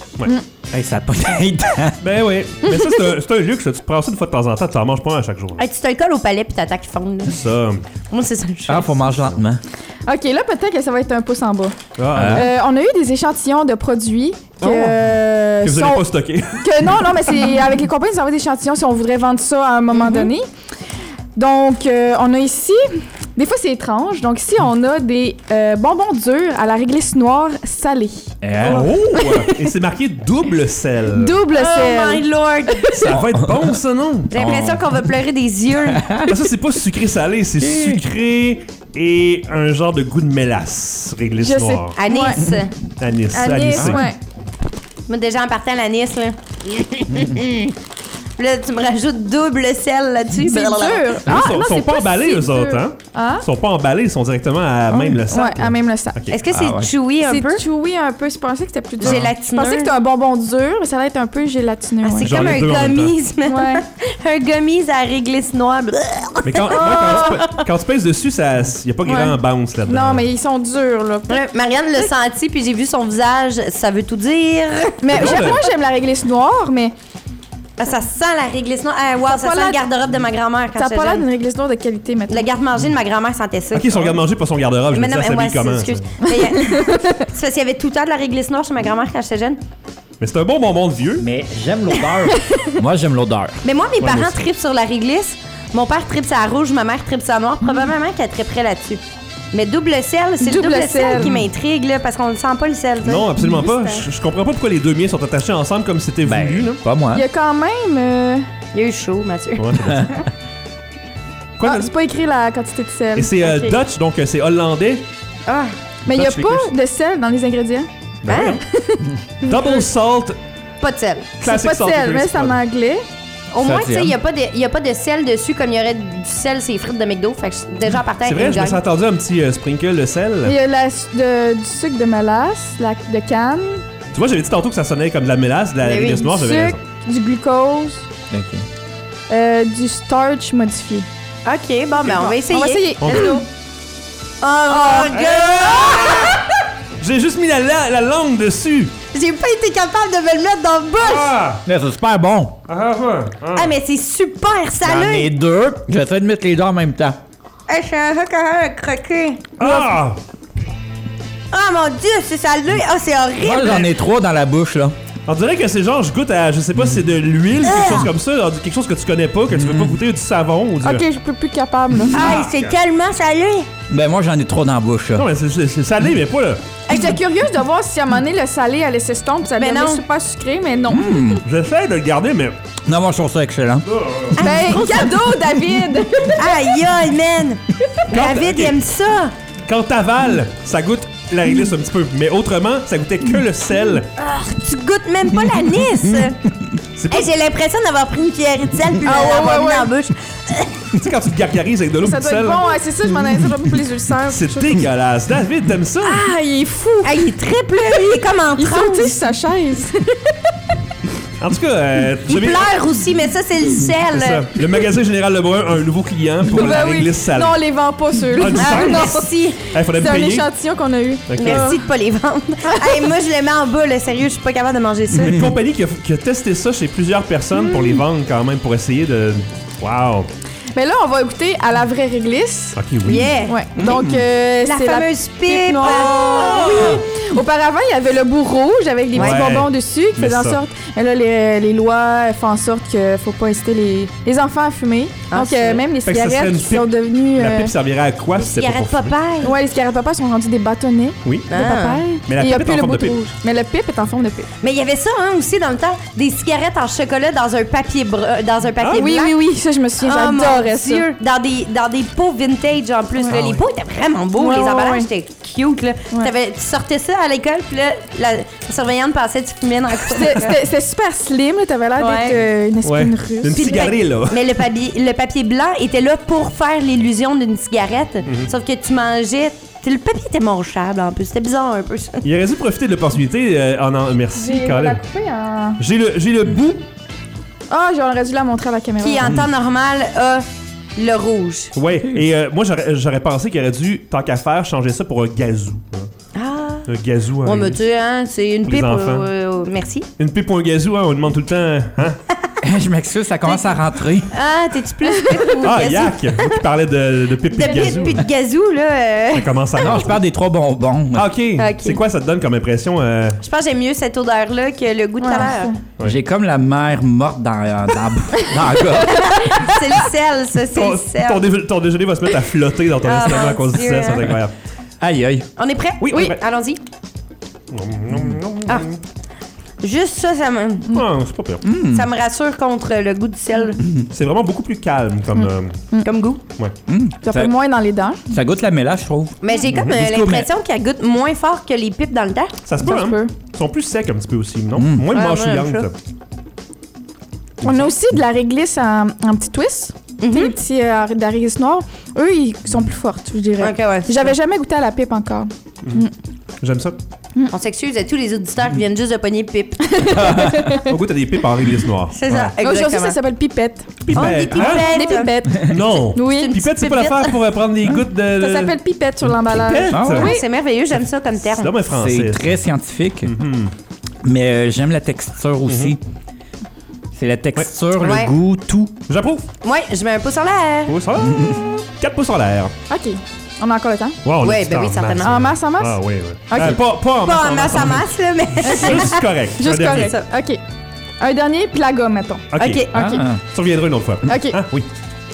Speaker 5: Hey, ça pogne dans les dents.
Speaker 1: Ben oui. Mais ça, c'est un, c'est un luxe. là. Tu te prends ça une fois de temps en temps, tu t'en manges pas un à chaque jour. là.
Speaker 3: Hey, tu te le colles au palais puis t'attaques fond.
Speaker 1: Ça. euh,
Speaker 3: Moi, c'est ça le choix.
Speaker 5: Ah, faut manger lentement.
Speaker 4: OK, là, peut-être que ça va être un pouce en bas.
Speaker 1: Ah,
Speaker 4: Euh, on a eu des échantillons de produits que,
Speaker 1: Oh.
Speaker 4: euh,
Speaker 1: que vous
Speaker 4: sont-
Speaker 1: n'avez pas stocké.
Speaker 4: que- non, non, mais c'est avec les compagnies, ils envoient des échantillons si on voudrait vendre ça à un moment donné. Donc, euh, on a ici, des fois c'est étrange, donc ici on a des euh, bonbons durs à la réglisse noire salée.
Speaker 5: Euh,
Speaker 1: Oh! Et c'est marqué double sel.
Speaker 4: Ah. Double sel.
Speaker 3: Oh my lord!
Speaker 1: ça va être bon, ça, non?
Speaker 3: J'ai l'impression qu'on va pleurer des yeux.
Speaker 1: Ah, ça, c'est pas sucré-salé, c'est
Speaker 4: Hum.
Speaker 1: sucré et un genre de goût de mélasse, réglisse
Speaker 4: Je sais.
Speaker 1: noire.
Speaker 3: Anis.
Speaker 1: Anis,
Speaker 4: Anis,
Speaker 1: anisé.
Speaker 4: ouais.
Speaker 3: Moi, déjà, en partant à la Nice, là. là, tu me rajoutes double sel là-dessus.
Speaker 4: C'est dur.
Speaker 1: Ah, ils sont,
Speaker 4: non,
Speaker 1: sont
Speaker 4: c'est
Speaker 1: pas emballés,
Speaker 4: si
Speaker 1: eux autres,
Speaker 4: dur.
Speaker 1: hein?
Speaker 4: Ah?
Speaker 1: Ils sont pas emballés, ils sont directement à même le sac.
Speaker 4: Ouais,
Speaker 1: là.
Speaker 4: à même le sac.
Speaker 1: Ok.
Speaker 3: Est-ce que c'est
Speaker 5: Ah ouais.
Speaker 3: chewy un
Speaker 4: C'est
Speaker 3: peu?
Speaker 4: chewy un peu, je pensais que c'était plus dur. Je
Speaker 3: Gélatineux.
Speaker 4: pensais que c'était un bonbon dur, mais ça va être un peu gélatineux.
Speaker 3: Ah,
Speaker 4: ouais.
Speaker 3: c'est
Speaker 1: J'en
Speaker 3: comme
Speaker 1: ai
Speaker 3: un
Speaker 1: deux en même
Speaker 3: gummies, man.
Speaker 4: Ouais.
Speaker 3: un gummies à réglisse noire. Bleh.
Speaker 1: Mais quand, ouais, quand, tu, pe- quand tu pèses dessus, il n'y a pas grand bounce là-dedans.
Speaker 4: Ah! Non, mais ils sont durs, là.
Speaker 3: Ouais, Marianne l'a senti, puis j'ai vu son visage. Ça veut tout dire.
Speaker 4: Mais
Speaker 1: C'est
Speaker 4: j'aime-
Speaker 1: drôle.
Speaker 4: moi, j'aime la réglisse noire, mais
Speaker 3: Ah, ça sent la réglisse noire. Ah, wow, ça,
Speaker 4: pas
Speaker 3: sent
Speaker 4: l'air-
Speaker 3: le garde-robe de ma grand-mère quand
Speaker 4: ça a
Speaker 3: j'étais
Speaker 4: pas l'air
Speaker 3: jeune.
Speaker 4: d'une réglisse noire de qualité, maintenant.
Speaker 3: Le garde-manger de ma grand-mère sentait ça.
Speaker 1: Ok, son garde-manger, pas son garde-robe. Je me
Speaker 3: Mais
Speaker 1: dis,
Speaker 3: non,
Speaker 1: ça
Speaker 3: mais ouais,
Speaker 1: s'habille
Speaker 3: c'est-
Speaker 1: comment? ça?
Speaker 3: excuse. Mais, euh, c'est parce qu'il y avait tout le temps de la réglisse noire chez ma grand-mère quand j'étais jeune.
Speaker 1: Mais c'est un bon bonbon de vieux.
Speaker 5: Mais j'aime l'odeur. moi, j'aime l'odeur.
Speaker 3: Mais moi, mes
Speaker 1: moi
Speaker 3: parents
Speaker 1: aussi.
Speaker 3: tripent sur la réglisse. Mon père tripe sa rouge, ma mère tripe sa noire. Probablement qu'elle triperait là-dessus. Mais double sel, c'est le
Speaker 4: Double
Speaker 3: double sel,
Speaker 4: sel.
Speaker 3: qui m'intrigue, là, parce qu'on ne sent pas le sel. tu sais.
Speaker 1: Non, absolument pas. Je, je comprends pas pourquoi les deux miens sont attachés ensemble comme c'était voulu. là.
Speaker 5: Ben, pas moi.
Speaker 4: Il y a quand même. euh,
Speaker 3: Il y a eu chaud, Mathieu.
Speaker 1: Ouais, c'est bon. Quoi,
Speaker 4: Ah,
Speaker 1: t'as dit?
Speaker 4: c'est pas écrit la quantité de sel.
Speaker 1: Et c'est euh,
Speaker 3: Ok.
Speaker 1: Dutch, donc euh, c'est hollandais.
Speaker 3: Ah,
Speaker 4: Mais il n'y a
Speaker 1: Dutch
Speaker 4: pas de sel dans les ingrédients.
Speaker 1: Ben ouais. Double salt,
Speaker 3: pas de sel.
Speaker 4: Ah. C'est
Speaker 1: classic
Speaker 4: pas de
Speaker 1: salt.
Speaker 4: sel, mais
Speaker 1: Grace
Speaker 4: c'est en
Speaker 1: Pod.
Speaker 4: anglais.
Speaker 3: Au moins, tu
Speaker 5: Septième.
Speaker 3: sais, il n'y a, pas de- il y a pas de sel dessus comme il y aurait du sel, c'est les frites de McDo. Fait que je- déjà, en partant,
Speaker 1: C'est vrai,
Speaker 3: une
Speaker 1: je me
Speaker 3: gagne.
Speaker 1: suis attendu à un petit euh, sprinkle de
Speaker 4: Il
Speaker 1: sel.
Speaker 4: y a la su- de- du sucre de mélasse, la, de canne,
Speaker 1: Tu vois, j'avais dit tantôt que ça sonnait comme de la mélasse, de la
Speaker 3: Mais oui,
Speaker 1: réglisse noire,
Speaker 4: du
Speaker 1: j'avais raison.
Speaker 4: sucre, du glucose,
Speaker 5: Ok.
Speaker 4: euh, du starch modifié.
Speaker 3: OK, bon, ben, on va essayer.
Speaker 4: On va essayer.
Speaker 1: On-
Speaker 3: Let's go. Oh, mon Dieu!
Speaker 1: J'ai juste mis la, la- la langue dessus.
Speaker 3: J'ai pas été capable de me le mettre dans le bouche!
Speaker 1: Ah!
Speaker 5: Là, c'est super bon.
Speaker 1: Ah, ah, ah.
Speaker 3: Ah, mais c'est super
Speaker 5: J'en
Speaker 3: salé!
Speaker 5: ai deux. J'essaie de mettre les deux en même temps.
Speaker 3: Ah, je suis un hook à croquer.
Speaker 1: Ah!
Speaker 3: Oh mon dieu, c'est salé! Ah, c'est horrible!
Speaker 5: Moi, j'en ai trois dans la bouche, là.
Speaker 1: On dirait que c'est genre, je goûte à, je sais pas si c'est de l'huile,
Speaker 4: Ah!
Speaker 1: quelque chose comme ça, quelque chose que tu connais pas, que tu veux pas goûter, ou du savon, ou du...
Speaker 4: Ok, je peux plus capable. là.
Speaker 3: Ah, c'est tellement salé!
Speaker 5: Ben, moi, j'en ai trois dans la bouche, là.
Speaker 1: Non, mais c'est- c'est c'est salé, mais pas là.
Speaker 4: J'étais curieuse de voir si à un moment donné, le salé allait s'estomper, ça
Speaker 3: Mais
Speaker 4: devenait
Speaker 3: Ben non.
Speaker 4: super sucré, mais non.
Speaker 1: Mmh. J'essaie de le garder, mais...
Speaker 5: Non, moi, je trouve ça excellent.
Speaker 3: Ah,
Speaker 4: Ben, cadeau, David!
Speaker 3: Aïe, aïe, man! David,
Speaker 1: ok.
Speaker 3: il aime ça!
Speaker 1: Quand t'avales, ça goûte la réglisse un petit peu, mais autrement, ça goûtait que le sel.
Speaker 3: Tu goûtes même pas l'anis!
Speaker 1: C'est pas...
Speaker 3: hey,
Speaker 1: Tu
Speaker 3: J'ai l'impression d'avoir pris une cuillerée de sel puis de
Speaker 4: Ah, ouais,
Speaker 3: l'avoir
Speaker 4: ouais,
Speaker 3: mis
Speaker 4: ouais.
Speaker 3: dans la bouche.
Speaker 1: sais, quand tu le gargarises avec de l'eau,
Speaker 4: Ça
Speaker 1: du
Speaker 4: doit être
Speaker 1: sel...
Speaker 4: bon, ouais, c'est ça, je m'en ai dit, pour les ulcères.
Speaker 1: C'est dégueulasse. David, t'aimes ça?
Speaker 4: Ah, il est fou!
Speaker 3: Ah, il est triple, lui, il est comme en
Speaker 4: Il saute sur
Speaker 3: transe.
Speaker 4: sa chaise.
Speaker 1: En tout cas, euh,
Speaker 3: Il
Speaker 1: j'avais-
Speaker 3: pleure aussi, mais ça, c'est le
Speaker 1: C'est ça.
Speaker 3: sel!
Speaker 1: Le magasin Général Lebrun a un nouveau client pour la
Speaker 4: Ben oui.
Speaker 1: réglisse salée.
Speaker 4: Non, on les vend pas, ceux-là.
Speaker 1: Ah, du
Speaker 3: Ah,
Speaker 1: sel?
Speaker 4: non.
Speaker 3: merci!
Speaker 1: Il faudrait
Speaker 4: C'est
Speaker 1: me
Speaker 4: un
Speaker 1: payer.
Speaker 4: échantillon qu'on a eu.
Speaker 1: Ok.
Speaker 3: Merci de pas les vendre! hey, moi, je les mets en bas, là, sérieux, je suis pas capable de manger ça.
Speaker 1: Une compagnie qui a, qui a testé ça chez plusieurs personnes pour les
Speaker 4: Mm.
Speaker 1: vendre quand même, pour essayer de... Wow!
Speaker 4: Mais là, on va goûter à la vraie réglisse.
Speaker 1: Ok, oui.
Speaker 3: Yeah!
Speaker 4: Ouais.
Speaker 1: Mm.
Speaker 4: Donc, euh,
Speaker 3: La
Speaker 4: c'est
Speaker 3: fameuse pipe! Ah,
Speaker 4: noire. Oui. Auparavant, il y avait le bout rouge avec des
Speaker 1: Ouais.
Speaker 4: petits bonbons dessus qui
Speaker 1: Mais
Speaker 4: faisaient en
Speaker 1: ça.
Speaker 4: sorte. Mais là, les, euh, les lois font en sorte que faut pas inciter les, les enfants à fumer.
Speaker 3: Ah,
Speaker 4: Donc,
Speaker 3: c'est-
Speaker 4: euh, même les
Speaker 1: Fait que ça serait
Speaker 4: cigarettes
Speaker 1: une
Speaker 4: qui sont
Speaker 1: pipe.
Speaker 4: devenues.
Speaker 1: La
Speaker 4: euh,
Speaker 1: pipe servirait à quoi si c'était pas
Speaker 3: Cigarette
Speaker 1: pour fumer?
Speaker 3: papaye!
Speaker 4: Ouais, les cigarettes papa sont rendues des bâtonnets
Speaker 1: Oui.
Speaker 3: Ah.
Speaker 4: de papaye.
Speaker 1: Mais la
Speaker 4: Et il y a
Speaker 1: pipe est
Speaker 4: plus
Speaker 1: en
Speaker 4: le
Speaker 1: forme
Speaker 4: bout
Speaker 1: de pipe.
Speaker 4: rouge. Mais la pipe est en forme de pipe.
Speaker 3: Mais il y avait ça hein, aussi dans le temps, des cigarettes en chocolat dans un papier br- euh, dans un papier
Speaker 4: Ah, oui,
Speaker 3: blanc.
Speaker 4: oui, oui, ça, je me souviens,
Speaker 3: Oh, mon
Speaker 4: j'adorais ça.
Speaker 3: Dieu. Dans des, dans des pots vintage en plus.
Speaker 1: Ah,
Speaker 3: là. les pots étaient vraiment beaux.
Speaker 4: Ouais,
Speaker 3: les
Speaker 4: ouais,
Speaker 3: emballages
Speaker 4: ouais.
Speaker 3: étaient cute. Là.
Speaker 4: Ouais.
Speaker 3: T'avais- tu sortais ça à l'école, puis là, la surveillante passait, tu fumais dans la cour.
Speaker 4: C'était- C'était c'était super slim, là, t'avais l'air d'être
Speaker 3: Ouais.
Speaker 4: euh, une
Speaker 1: Ouais.
Speaker 4: espèce de russe.
Speaker 1: Une
Speaker 3: Puis le pa-
Speaker 1: cigarette, là.
Speaker 3: Mais le papier, le papier blanc était là pour faire l'illusion d'une cigarette.
Speaker 1: Mhm.
Speaker 3: Sauf que tu mangeais. t- Le papier était mangeable en plus. C'était bizarre un peu ça.
Speaker 1: Il aurait dû profiter de l'opportunité euh, en en... Merci,
Speaker 4: J'ai- on l'a
Speaker 1: Colin.
Speaker 4: coupée en-
Speaker 1: J'ai le, j'ai le bout.
Speaker 4: Ah, j'aurais dû la montrer à la caméra.
Speaker 3: Qui en temps normal a le rouge.
Speaker 1: Ouais. Et euh, moi, j'aurais j'aurais pensé qu'il aurait dû, tant qu'à faire, changer ça pour un gazou. hein.
Speaker 3: Ah!
Speaker 1: Un gazou. hein.
Speaker 3: On me dit, hein, c'est une
Speaker 1: Pour les
Speaker 3: pipe.
Speaker 1: enfants.
Speaker 3: euh, euh, merci.
Speaker 1: Une pipe ou un gazou, hein, on demande tout le temps. Hein?
Speaker 5: je m'excuse, ça commence à rentrer.
Speaker 3: Ah, t'es-tu plus pipe ou
Speaker 1: Ah,
Speaker 3: gazou?
Speaker 1: yak! Moi qui parlais de, de pipe et
Speaker 3: De
Speaker 1: de
Speaker 3: pipe
Speaker 1: gazou.
Speaker 3: puis de gazou, là. euh,
Speaker 1: Ça commence à
Speaker 5: Non, je parle des trois bonbons.
Speaker 1: Ah, ok.
Speaker 3: Ok.
Speaker 1: C'est quoi ça te donne comme impression? euh,
Speaker 3: je pense que j'aime mieux cette odeur-là que le goût de
Speaker 4: Ouais,
Speaker 3: la mer.
Speaker 1: Ouais.
Speaker 5: J'ai comme la mère morte dans, euh, dans, dans, dans la gorge.
Speaker 3: C'est le sel, ça, c'est
Speaker 1: Ton,
Speaker 3: le sel.
Speaker 1: ton dé- ton déjeuner va se mettre à flotter dans ton
Speaker 3: Ah,
Speaker 1: estomac
Speaker 3: mon
Speaker 1: à cause du
Speaker 3: Dieu,
Speaker 1: sel, c'est
Speaker 3: hein.
Speaker 1: incroyable.
Speaker 5: Aïe, aïe.
Speaker 3: On est prêt?
Speaker 1: Oui, on est prêt.
Speaker 3: allons-y. Ah. Mm. Juste ça, ça me,
Speaker 1: Ah, c'est pas pire.
Speaker 3: ça me rassure contre le goût du sel
Speaker 1: C'est vraiment beaucoup plus calme comme.
Speaker 3: Mm.
Speaker 1: euh,
Speaker 3: comme goût.
Speaker 1: ouais.
Speaker 4: Ça
Speaker 5: Ça-
Speaker 4: fait moins dans les dents.
Speaker 5: Ça goûte la mélasse, je trouve.
Speaker 3: Mais j'ai comme euh,
Speaker 5: Disco,
Speaker 3: l'impression qu'elle goûte moins fort que les pipes dans le temps.
Speaker 1: Ça se peut,
Speaker 4: Ça se
Speaker 1: hein?
Speaker 4: peut.
Speaker 1: Ils sont plus secs un petit peu aussi, non? Moins
Speaker 3: Mm. Ah, Ouais, moi, j'aime
Speaker 1: mâchouillante.
Speaker 4: On a aussi de la réglisse en, en petit twist.
Speaker 3: Mhm.
Speaker 4: Les petits euh, de la réglisse noire. Eux, ils sont plus fortes, je dirais.
Speaker 3: Ok, ouais, c'est
Speaker 4: J'avais jamais goûté à la pipe encore.
Speaker 1: J'aime ça.
Speaker 3: On s'excuse à tous les auditeurs qui viennent juste de pogner pipe.
Speaker 1: Au goût, t'as des pipes en réglisse noire.
Speaker 3: C'est ça,
Speaker 4: Aujourd'hui,
Speaker 3: exactement.
Speaker 4: ça s'appelle pipette.
Speaker 1: Pipette.
Speaker 3: On dit
Speaker 1: hein?
Speaker 4: Des
Speaker 3: pipette.
Speaker 4: pipettes.
Speaker 1: Non!
Speaker 4: Oui.
Speaker 1: Pipette, c'est pas
Speaker 3: Pipette.
Speaker 1: l'affaire pour euh, prendre des gouttes de.
Speaker 4: Ça s'appelle euh, pipette sur l'emballage.
Speaker 1: Pipette?
Speaker 5: Ah ouais.
Speaker 3: Ah,
Speaker 4: Oui.
Speaker 3: C'est merveilleux, j'aime ça comme
Speaker 1: Ah, C'est Mm-hmm.
Speaker 3: terme.
Speaker 1: l'homme français.
Speaker 5: C'est très scientifique. Mais euh, j'aime la texture
Speaker 1: Mm-hmm.
Speaker 5: aussi. C'est la texture, le
Speaker 3: Ouais.
Speaker 5: goût, tout.
Speaker 1: J'approuve.
Speaker 3: Ouais, je mets un pouce en l'air.
Speaker 1: Pouce en- 4 pouces en l'air.
Speaker 4: OK. On a encore le temps.
Speaker 1: Wow, on
Speaker 3: Ouais,
Speaker 1: est
Speaker 3: ben oui,
Speaker 1: en
Speaker 3: certainement.
Speaker 1: masse.
Speaker 4: En masse, en masse?
Speaker 1: Ah, oui, oui.
Speaker 4: Ok.
Speaker 1: Euh, pas, pas en masse.
Speaker 3: Pas en masse à masse, là, mais.
Speaker 1: Juste correct. Un
Speaker 4: Juste
Speaker 1: dernier.
Speaker 4: correct. OK. Un dernier, puis la gomme, mettons.
Speaker 1: Ok.
Speaker 3: Ok.
Speaker 5: Ah.
Speaker 1: Tu reviendras une autre fois.
Speaker 4: Ok.
Speaker 1: Hein? Oui.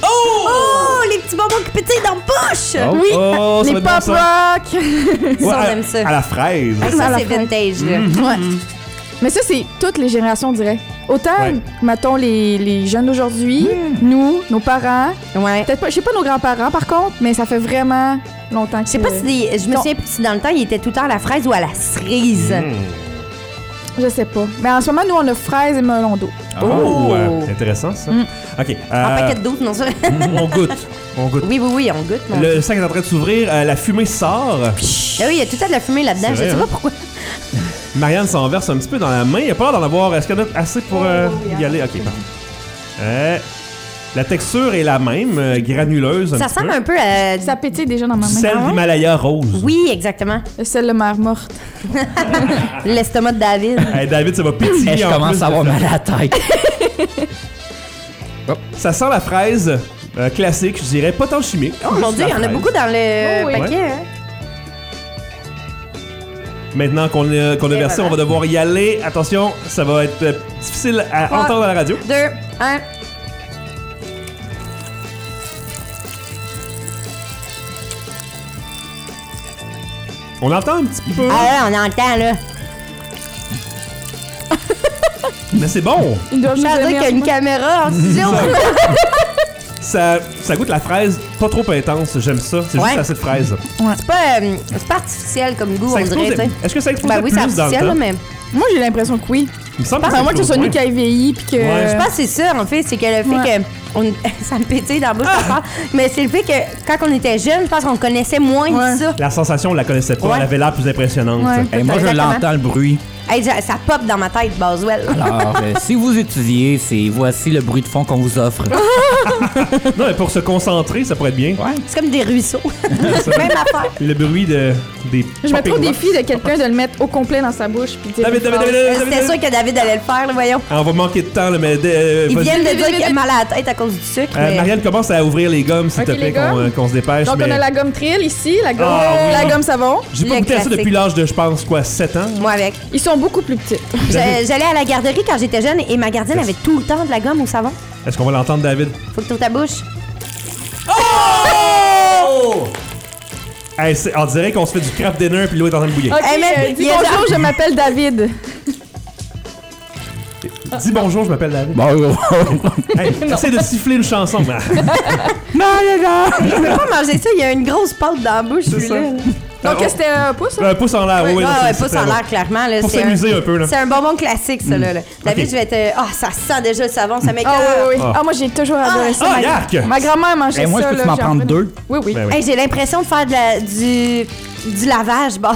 Speaker 3: Oh, les petits bonbons qui pétillent dans la bouche!
Speaker 5: Oh.
Speaker 4: Oui.
Speaker 1: Oh, ça
Speaker 4: les
Speaker 1: va être bon,
Speaker 4: pop rock.
Speaker 3: Ça, on
Speaker 1: à-
Speaker 3: aime ça.
Speaker 1: À la fraise.
Speaker 3: Ah,
Speaker 4: À
Speaker 3: ça,
Speaker 4: la
Speaker 3: c'est
Speaker 4: fin.
Speaker 3: vintage, là.
Speaker 4: Ouais.
Speaker 1: Mm.
Speaker 4: Mais ça, c'est toutes les générations, on dirait. Autant,
Speaker 1: Ouais.
Speaker 4: mettons, les, les jeunes d'aujourd'hui, nous, nos parents,
Speaker 1: Hmm.
Speaker 3: Ouais.
Speaker 4: peut-être pas, je sais pas nos grands-parents par contre, mais ça fait vraiment longtemps que
Speaker 3: Je sais pas si des- je me
Speaker 4: Non.
Speaker 3: souviens plus si dans le temps il était tout le temps à la fraise ou à la cerise.
Speaker 1: Hmm.
Speaker 4: Je sais pas. Mais en ce moment, nous, on a fraises et melon d'eau.
Speaker 1: Oh,
Speaker 3: Oh.
Speaker 1: euh, intéressant ça. Ok.
Speaker 3: En
Speaker 1: euh,
Speaker 3: paquet d'autres, non ça.
Speaker 1: on goûte. On goûte.
Speaker 3: oui, oui, oui, on goûte. mon-
Speaker 1: Le sac est en train de s'ouvrir, euh, la fumée sort.
Speaker 3: Ah oui, il y a tout le temps de la fumée là-dedans.
Speaker 1: C'est
Speaker 3: Je
Speaker 1: vrai,
Speaker 3: sais
Speaker 1: hein.
Speaker 3: pas pourquoi.
Speaker 1: Marianne s'en verse un petit peu dans la main. Il n'y a pas l'air d'en avoir. Est-ce qu'il y en a assez pour euh, y aller? Ok, parfait. Euh, la texture est la même, euh, granuleuse. Un
Speaker 3: Ça
Speaker 1: petit
Speaker 3: ressemble
Speaker 1: peu.
Speaker 3: un peu à
Speaker 4: Ça pétille déjà dans ma main. Ah
Speaker 1: Celle d'Himalaya rose.
Speaker 3: Oui, exactement.
Speaker 4: Celle de mère morte.
Speaker 1: Ah.
Speaker 3: L'estomac de David.
Speaker 1: Hey, David, ça va pétiller.
Speaker 5: Eh, je
Speaker 1: en
Speaker 5: commence
Speaker 1: plus
Speaker 5: à
Speaker 1: de
Speaker 5: avoir
Speaker 1: ça.
Speaker 5: mal à la tête.
Speaker 1: Ça sent la fraise euh, classique, je dirais, pas tant chimique.
Speaker 3: Oh, mon Dieu, il y en a beaucoup dans le
Speaker 4: Oh, oui.
Speaker 3: paquet. hein.
Speaker 1: Maintenant qu'on a, qu'on a
Speaker 3: Et
Speaker 1: versé,
Speaker 3: voilà.
Speaker 1: on va devoir y aller. Attention, ça va être euh, difficile à
Speaker 3: Trois.
Speaker 1: entendre à la radio.
Speaker 3: Deux, un.
Speaker 1: On entend un petit peu,
Speaker 3: Ah là, on entend, là.
Speaker 1: mais c'est bon.
Speaker 4: Ils doivent
Speaker 3: Je
Speaker 4: nous
Speaker 3: pense
Speaker 4: aimer
Speaker 3: qu'il y a
Speaker 4: en
Speaker 3: une caméra en studio.
Speaker 1: Ça, ça goûte la fraise, pas trop intense, j'aime ça. C'est
Speaker 3: Ouais.
Speaker 1: juste assez de fraise.
Speaker 3: C'est pas, euh, c'est pas artificiel comme goût,
Speaker 1: Ça
Speaker 3: on dirait,
Speaker 1: explose.
Speaker 3: tu sais.
Speaker 1: Est-ce que ça explose
Speaker 3: Ben
Speaker 1: plus
Speaker 3: oui, c'est
Speaker 1: dans le
Speaker 3: artificiel, là,
Speaker 1: temps?
Speaker 3: mais.
Speaker 4: Moi, j'ai l'impression que oui.
Speaker 1: Il me semble
Speaker 4: Parce
Speaker 1: ça
Speaker 4: à moins que ce soit
Speaker 1: explose
Speaker 4: nous qui aille vieilli puis que.
Speaker 1: Ouais, je
Speaker 3: Je pense que c'est ça, en fait, c'est que le fait
Speaker 4: Ouais.
Speaker 3: que. on- ça me pétille dans la bouche,
Speaker 1: Ah!
Speaker 3: encore. mais c'est le fait que quand on était jeune, je pense qu'on connaissait moins
Speaker 4: Ouais.
Speaker 3: de ça.
Speaker 1: La sensation, on la connaissait pas.
Speaker 3: Ouais.
Speaker 1: Elle avait l'air plus impressionnante.
Speaker 4: Ouais.
Speaker 5: Eh, moi, je
Speaker 3: Exactement.
Speaker 5: l'entends le bruit.
Speaker 3: Hey, ça, ça pop dans ma tête, Boswell.
Speaker 5: Alors, euh, si vous étudiez, c'est voici le bruit de fond qu'on vous offre.
Speaker 1: Non, mais pour se concentrer, ça pourrait être bien.
Speaker 3: C'est comme des ruisseaux. Même affaire.
Speaker 1: Le bruit de, des.
Speaker 4: Je me
Speaker 1: popping
Speaker 4: trop au
Speaker 1: rocks.
Speaker 4: défi de quelqu'un de le mettre au complet dans sa bouche puis de dire
Speaker 1: David,
Speaker 4: une
Speaker 1: David,
Speaker 4: phrase.
Speaker 1: David, David,
Speaker 3: Euh, C'était
Speaker 1: David.
Speaker 3: sûr que David allait le faire, là, voyons.
Speaker 1: Ah, on va manquer de temps, là, mais. euh,
Speaker 3: Ils
Speaker 1: vas-y.
Speaker 3: viennent de
Speaker 4: Vite,
Speaker 3: dire
Speaker 4: vite,
Speaker 3: qu'il a
Speaker 4: vite.
Speaker 3: mal à la tête à cause du sucre.
Speaker 1: Euh,
Speaker 3: mais-
Speaker 1: Marianne, commence à ouvrir les gommes, s'il
Speaker 4: Ok,
Speaker 1: te plaît,
Speaker 4: les
Speaker 1: qu'on
Speaker 4: gommes.
Speaker 1: euh, qu'on se dépêche.
Speaker 4: Donc,
Speaker 1: mais
Speaker 4: on a la gomme trill ici, la gomme,
Speaker 1: Ah, oui.
Speaker 4: la gomme savon.
Speaker 1: J'ai pas
Speaker 3: le
Speaker 1: goûté à ça
Speaker 3: classique.
Speaker 1: depuis l'âge de, je pense, quoi, 7 ans?
Speaker 3: Moi avec.
Speaker 4: Ils sont beaucoup plus petites.
Speaker 3: Je- J'allais à la garderie quand j'étais jeune et ma gardienne avait tout le temps de la gomme au savon.
Speaker 1: Est-ce qu'on va l'entendre, David?
Speaker 3: Faut que tu ouvres ta bouche.
Speaker 1: Hey, c'est- on dirait qu'on se fait du crap dinner puis l'eau est en train de bouillir.
Speaker 4: Ok,
Speaker 3: Hey, man,
Speaker 4: euh,
Speaker 3: il
Speaker 4: dis
Speaker 3: y a
Speaker 4: bonjour, je m'appelle David. Ah.
Speaker 1: Dis bonjour, je m'appelle David.
Speaker 5: Bon,
Speaker 1: Hey, essaie de siffler une chanson. mais-
Speaker 3: Je peux pas manger ça, il y a une grosse pâte dans la bouche,
Speaker 1: C'est ça.
Speaker 3: celui-là.
Speaker 1: Euh,
Speaker 4: Donc, c'était un pouce.
Speaker 1: on- Un pouce en l'air, oui, oui. non,
Speaker 3: Ah,
Speaker 1: c'est-
Speaker 3: ouais,
Speaker 1: c'est
Speaker 3: pas ça
Speaker 1: très
Speaker 3: l'air, clairement. là,
Speaker 1: Pour
Speaker 3: c'est
Speaker 1: s'amuser un peu, là.
Speaker 3: C'est un bonbon classique, ça, là. là. David, je vais te. Ah, ça sent déjà le savon, ça m'écoeure.
Speaker 4: Hmm. Ah oui, oui, oui.
Speaker 1: Ah.
Speaker 4: Ah. moi, j'ai toujours adoré ça.
Speaker 1: Ah,
Speaker 4: ma-
Speaker 1: yark!
Speaker 4: Ma grand-mère mangeait
Speaker 5: Et Eh, moi, je
Speaker 4: ça.
Speaker 5: peux
Speaker 4: là,
Speaker 5: m'en
Speaker 4: j'ai
Speaker 5: prendre
Speaker 4: envie de-
Speaker 5: deux.
Speaker 4: Oui, oui.
Speaker 1: bon. Ben oui.
Speaker 3: Hey, j'ai l'impression de faire de la- du, du lavage, bon.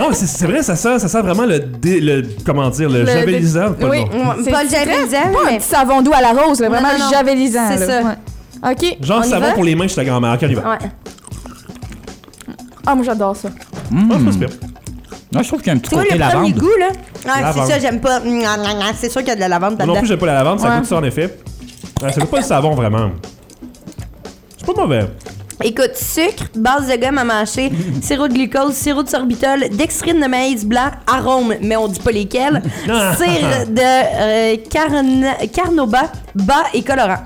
Speaker 1: Non, mais c'est- c'est vrai, ça sent, ça sent vraiment le, dé- le- Comment dire, le,
Speaker 4: Le-
Speaker 1: javelisant. pas le
Speaker 4: oui.
Speaker 1: nom.
Speaker 4: C'est
Speaker 3: pas le
Speaker 4: très-
Speaker 3: javelisant,
Speaker 4: Pas un
Speaker 3: mais.
Speaker 4: petit savon doux à la rose, là,
Speaker 3: Non,
Speaker 4: vraiment
Speaker 3: non, non.
Speaker 4: javelisant.
Speaker 3: C'est
Speaker 4: là.
Speaker 3: ça.
Speaker 4: Ouais. OK.
Speaker 1: Genre
Speaker 3: On y
Speaker 1: savon
Speaker 3: va?
Speaker 1: pour les mains chez ta grand-mère. Ok, on y va.
Speaker 3: Ouais.
Speaker 4: Ah, moi, j'adore ça.
Speaker 1: Ah, c'est pas super.
Speaker 5: Moi, je trouve qu'il y a un petit
Speaker 3: Tu vois,
Speaker 5: côté
Speaker 3: le premier
Speaker 5: lavande.
Speaker 3: goût, là. Ah,
Speaker 1: Lavande.
Speaker 3: c'est ça, j'aime pas. C'est sûr qu'il y a de la lavande
Speaker 1: non
Speaker 3: là-dedans.
Speaker 1: plus, j'aime pas la lavande, ça
Speaker 4: Ouais.
Speaker 1: goûte ça en effet. Ah, ça goûte pas le savon vraiment. C'est pas mauvais.
Speaker 3: Écoute, sucre, base de gomme à mâcher, sirop de glucose, sirop de sorbitol, dextrine de maïs blanc, arôme, mais on dit pas lesquels,
Speaker 4: Ah.
Speaker 1: Non.
Speaker 3: cire de euh, carna- carnauba, bas et colorant.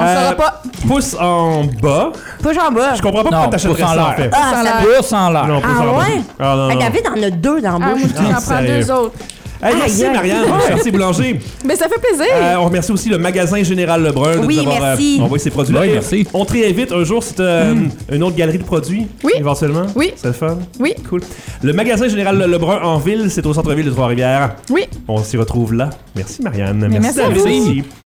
Speaker 4: On
Speaker 1: Euh,
Speaker 4: saura pas.
Speaker 1: Pouce en bas.
Speaker 3: Pas j'en bas.
Speaker 1: Je comprends pas pourquoi
Speaker 5: Non,
Speaker 1: t'achèterais
Speaker 5: pouce
Speaker 1: ça
Speaker 5: en
Speaker 1: en
Speaker 5: l'air.
Speaker 1: fait.
Speaker 3: Ah,
Speaker 4: Sans
Speaker 3: ça-
Speaker 4: la-
Speaker 5: Pouce en l'air.
Speaker 1: Non, pouce
Speaker 3: Ah
Speaker 1: en bas.
Speaker 3: ouais?
Speaker 1: Ah non,
Speaker 3: Fait
Speaker 1: non.
Speaker 3: que David en a deux dans la
Speaker 4: Ah,
Speaker 3: bouche.
Speaker 4: moi, j'en prends
Speaker 1: sérieux.
Speaker 4: deux autres.
Speaker 1: Hey, merci
Speaker 3: Aïe, aïe.
Speaker 1: Marianne, merci Boulanger.
Speaker 4: Mais ça fait plaisir.
Speaker 1: Euh, on remercie aussi le magasin Général Lebrun de
Speaker 3: Oui,
Speaker 1: nous avoir euh,
Speaker 3: merci. Mm.
Speaker 1: envoyé ces produits-là.
Speaker 5: Oui,
Speaker 1: Et
Speaker 5: merci.
Speaker 1: On te réinvite un jour si tu une autre galerie de produits,
Speaker 4: Oui.
Speaker 1: éventuellement.
Speaker 4: Oui.
Speaker 1: C'est le fun.
Speaker 4: Oui,
Speaker 1: Cool. Le magasin Général Lebrun en ville, c'est au centre-ville de Trois-Rivières.
Speaker 4: oui.
Speaker 1: On s'y retrouve là. Merci Marianne.
Speaker 4: Mais merci à
Speaker 1: David.
Speaker 4: vous.
Speaker 1: Merci.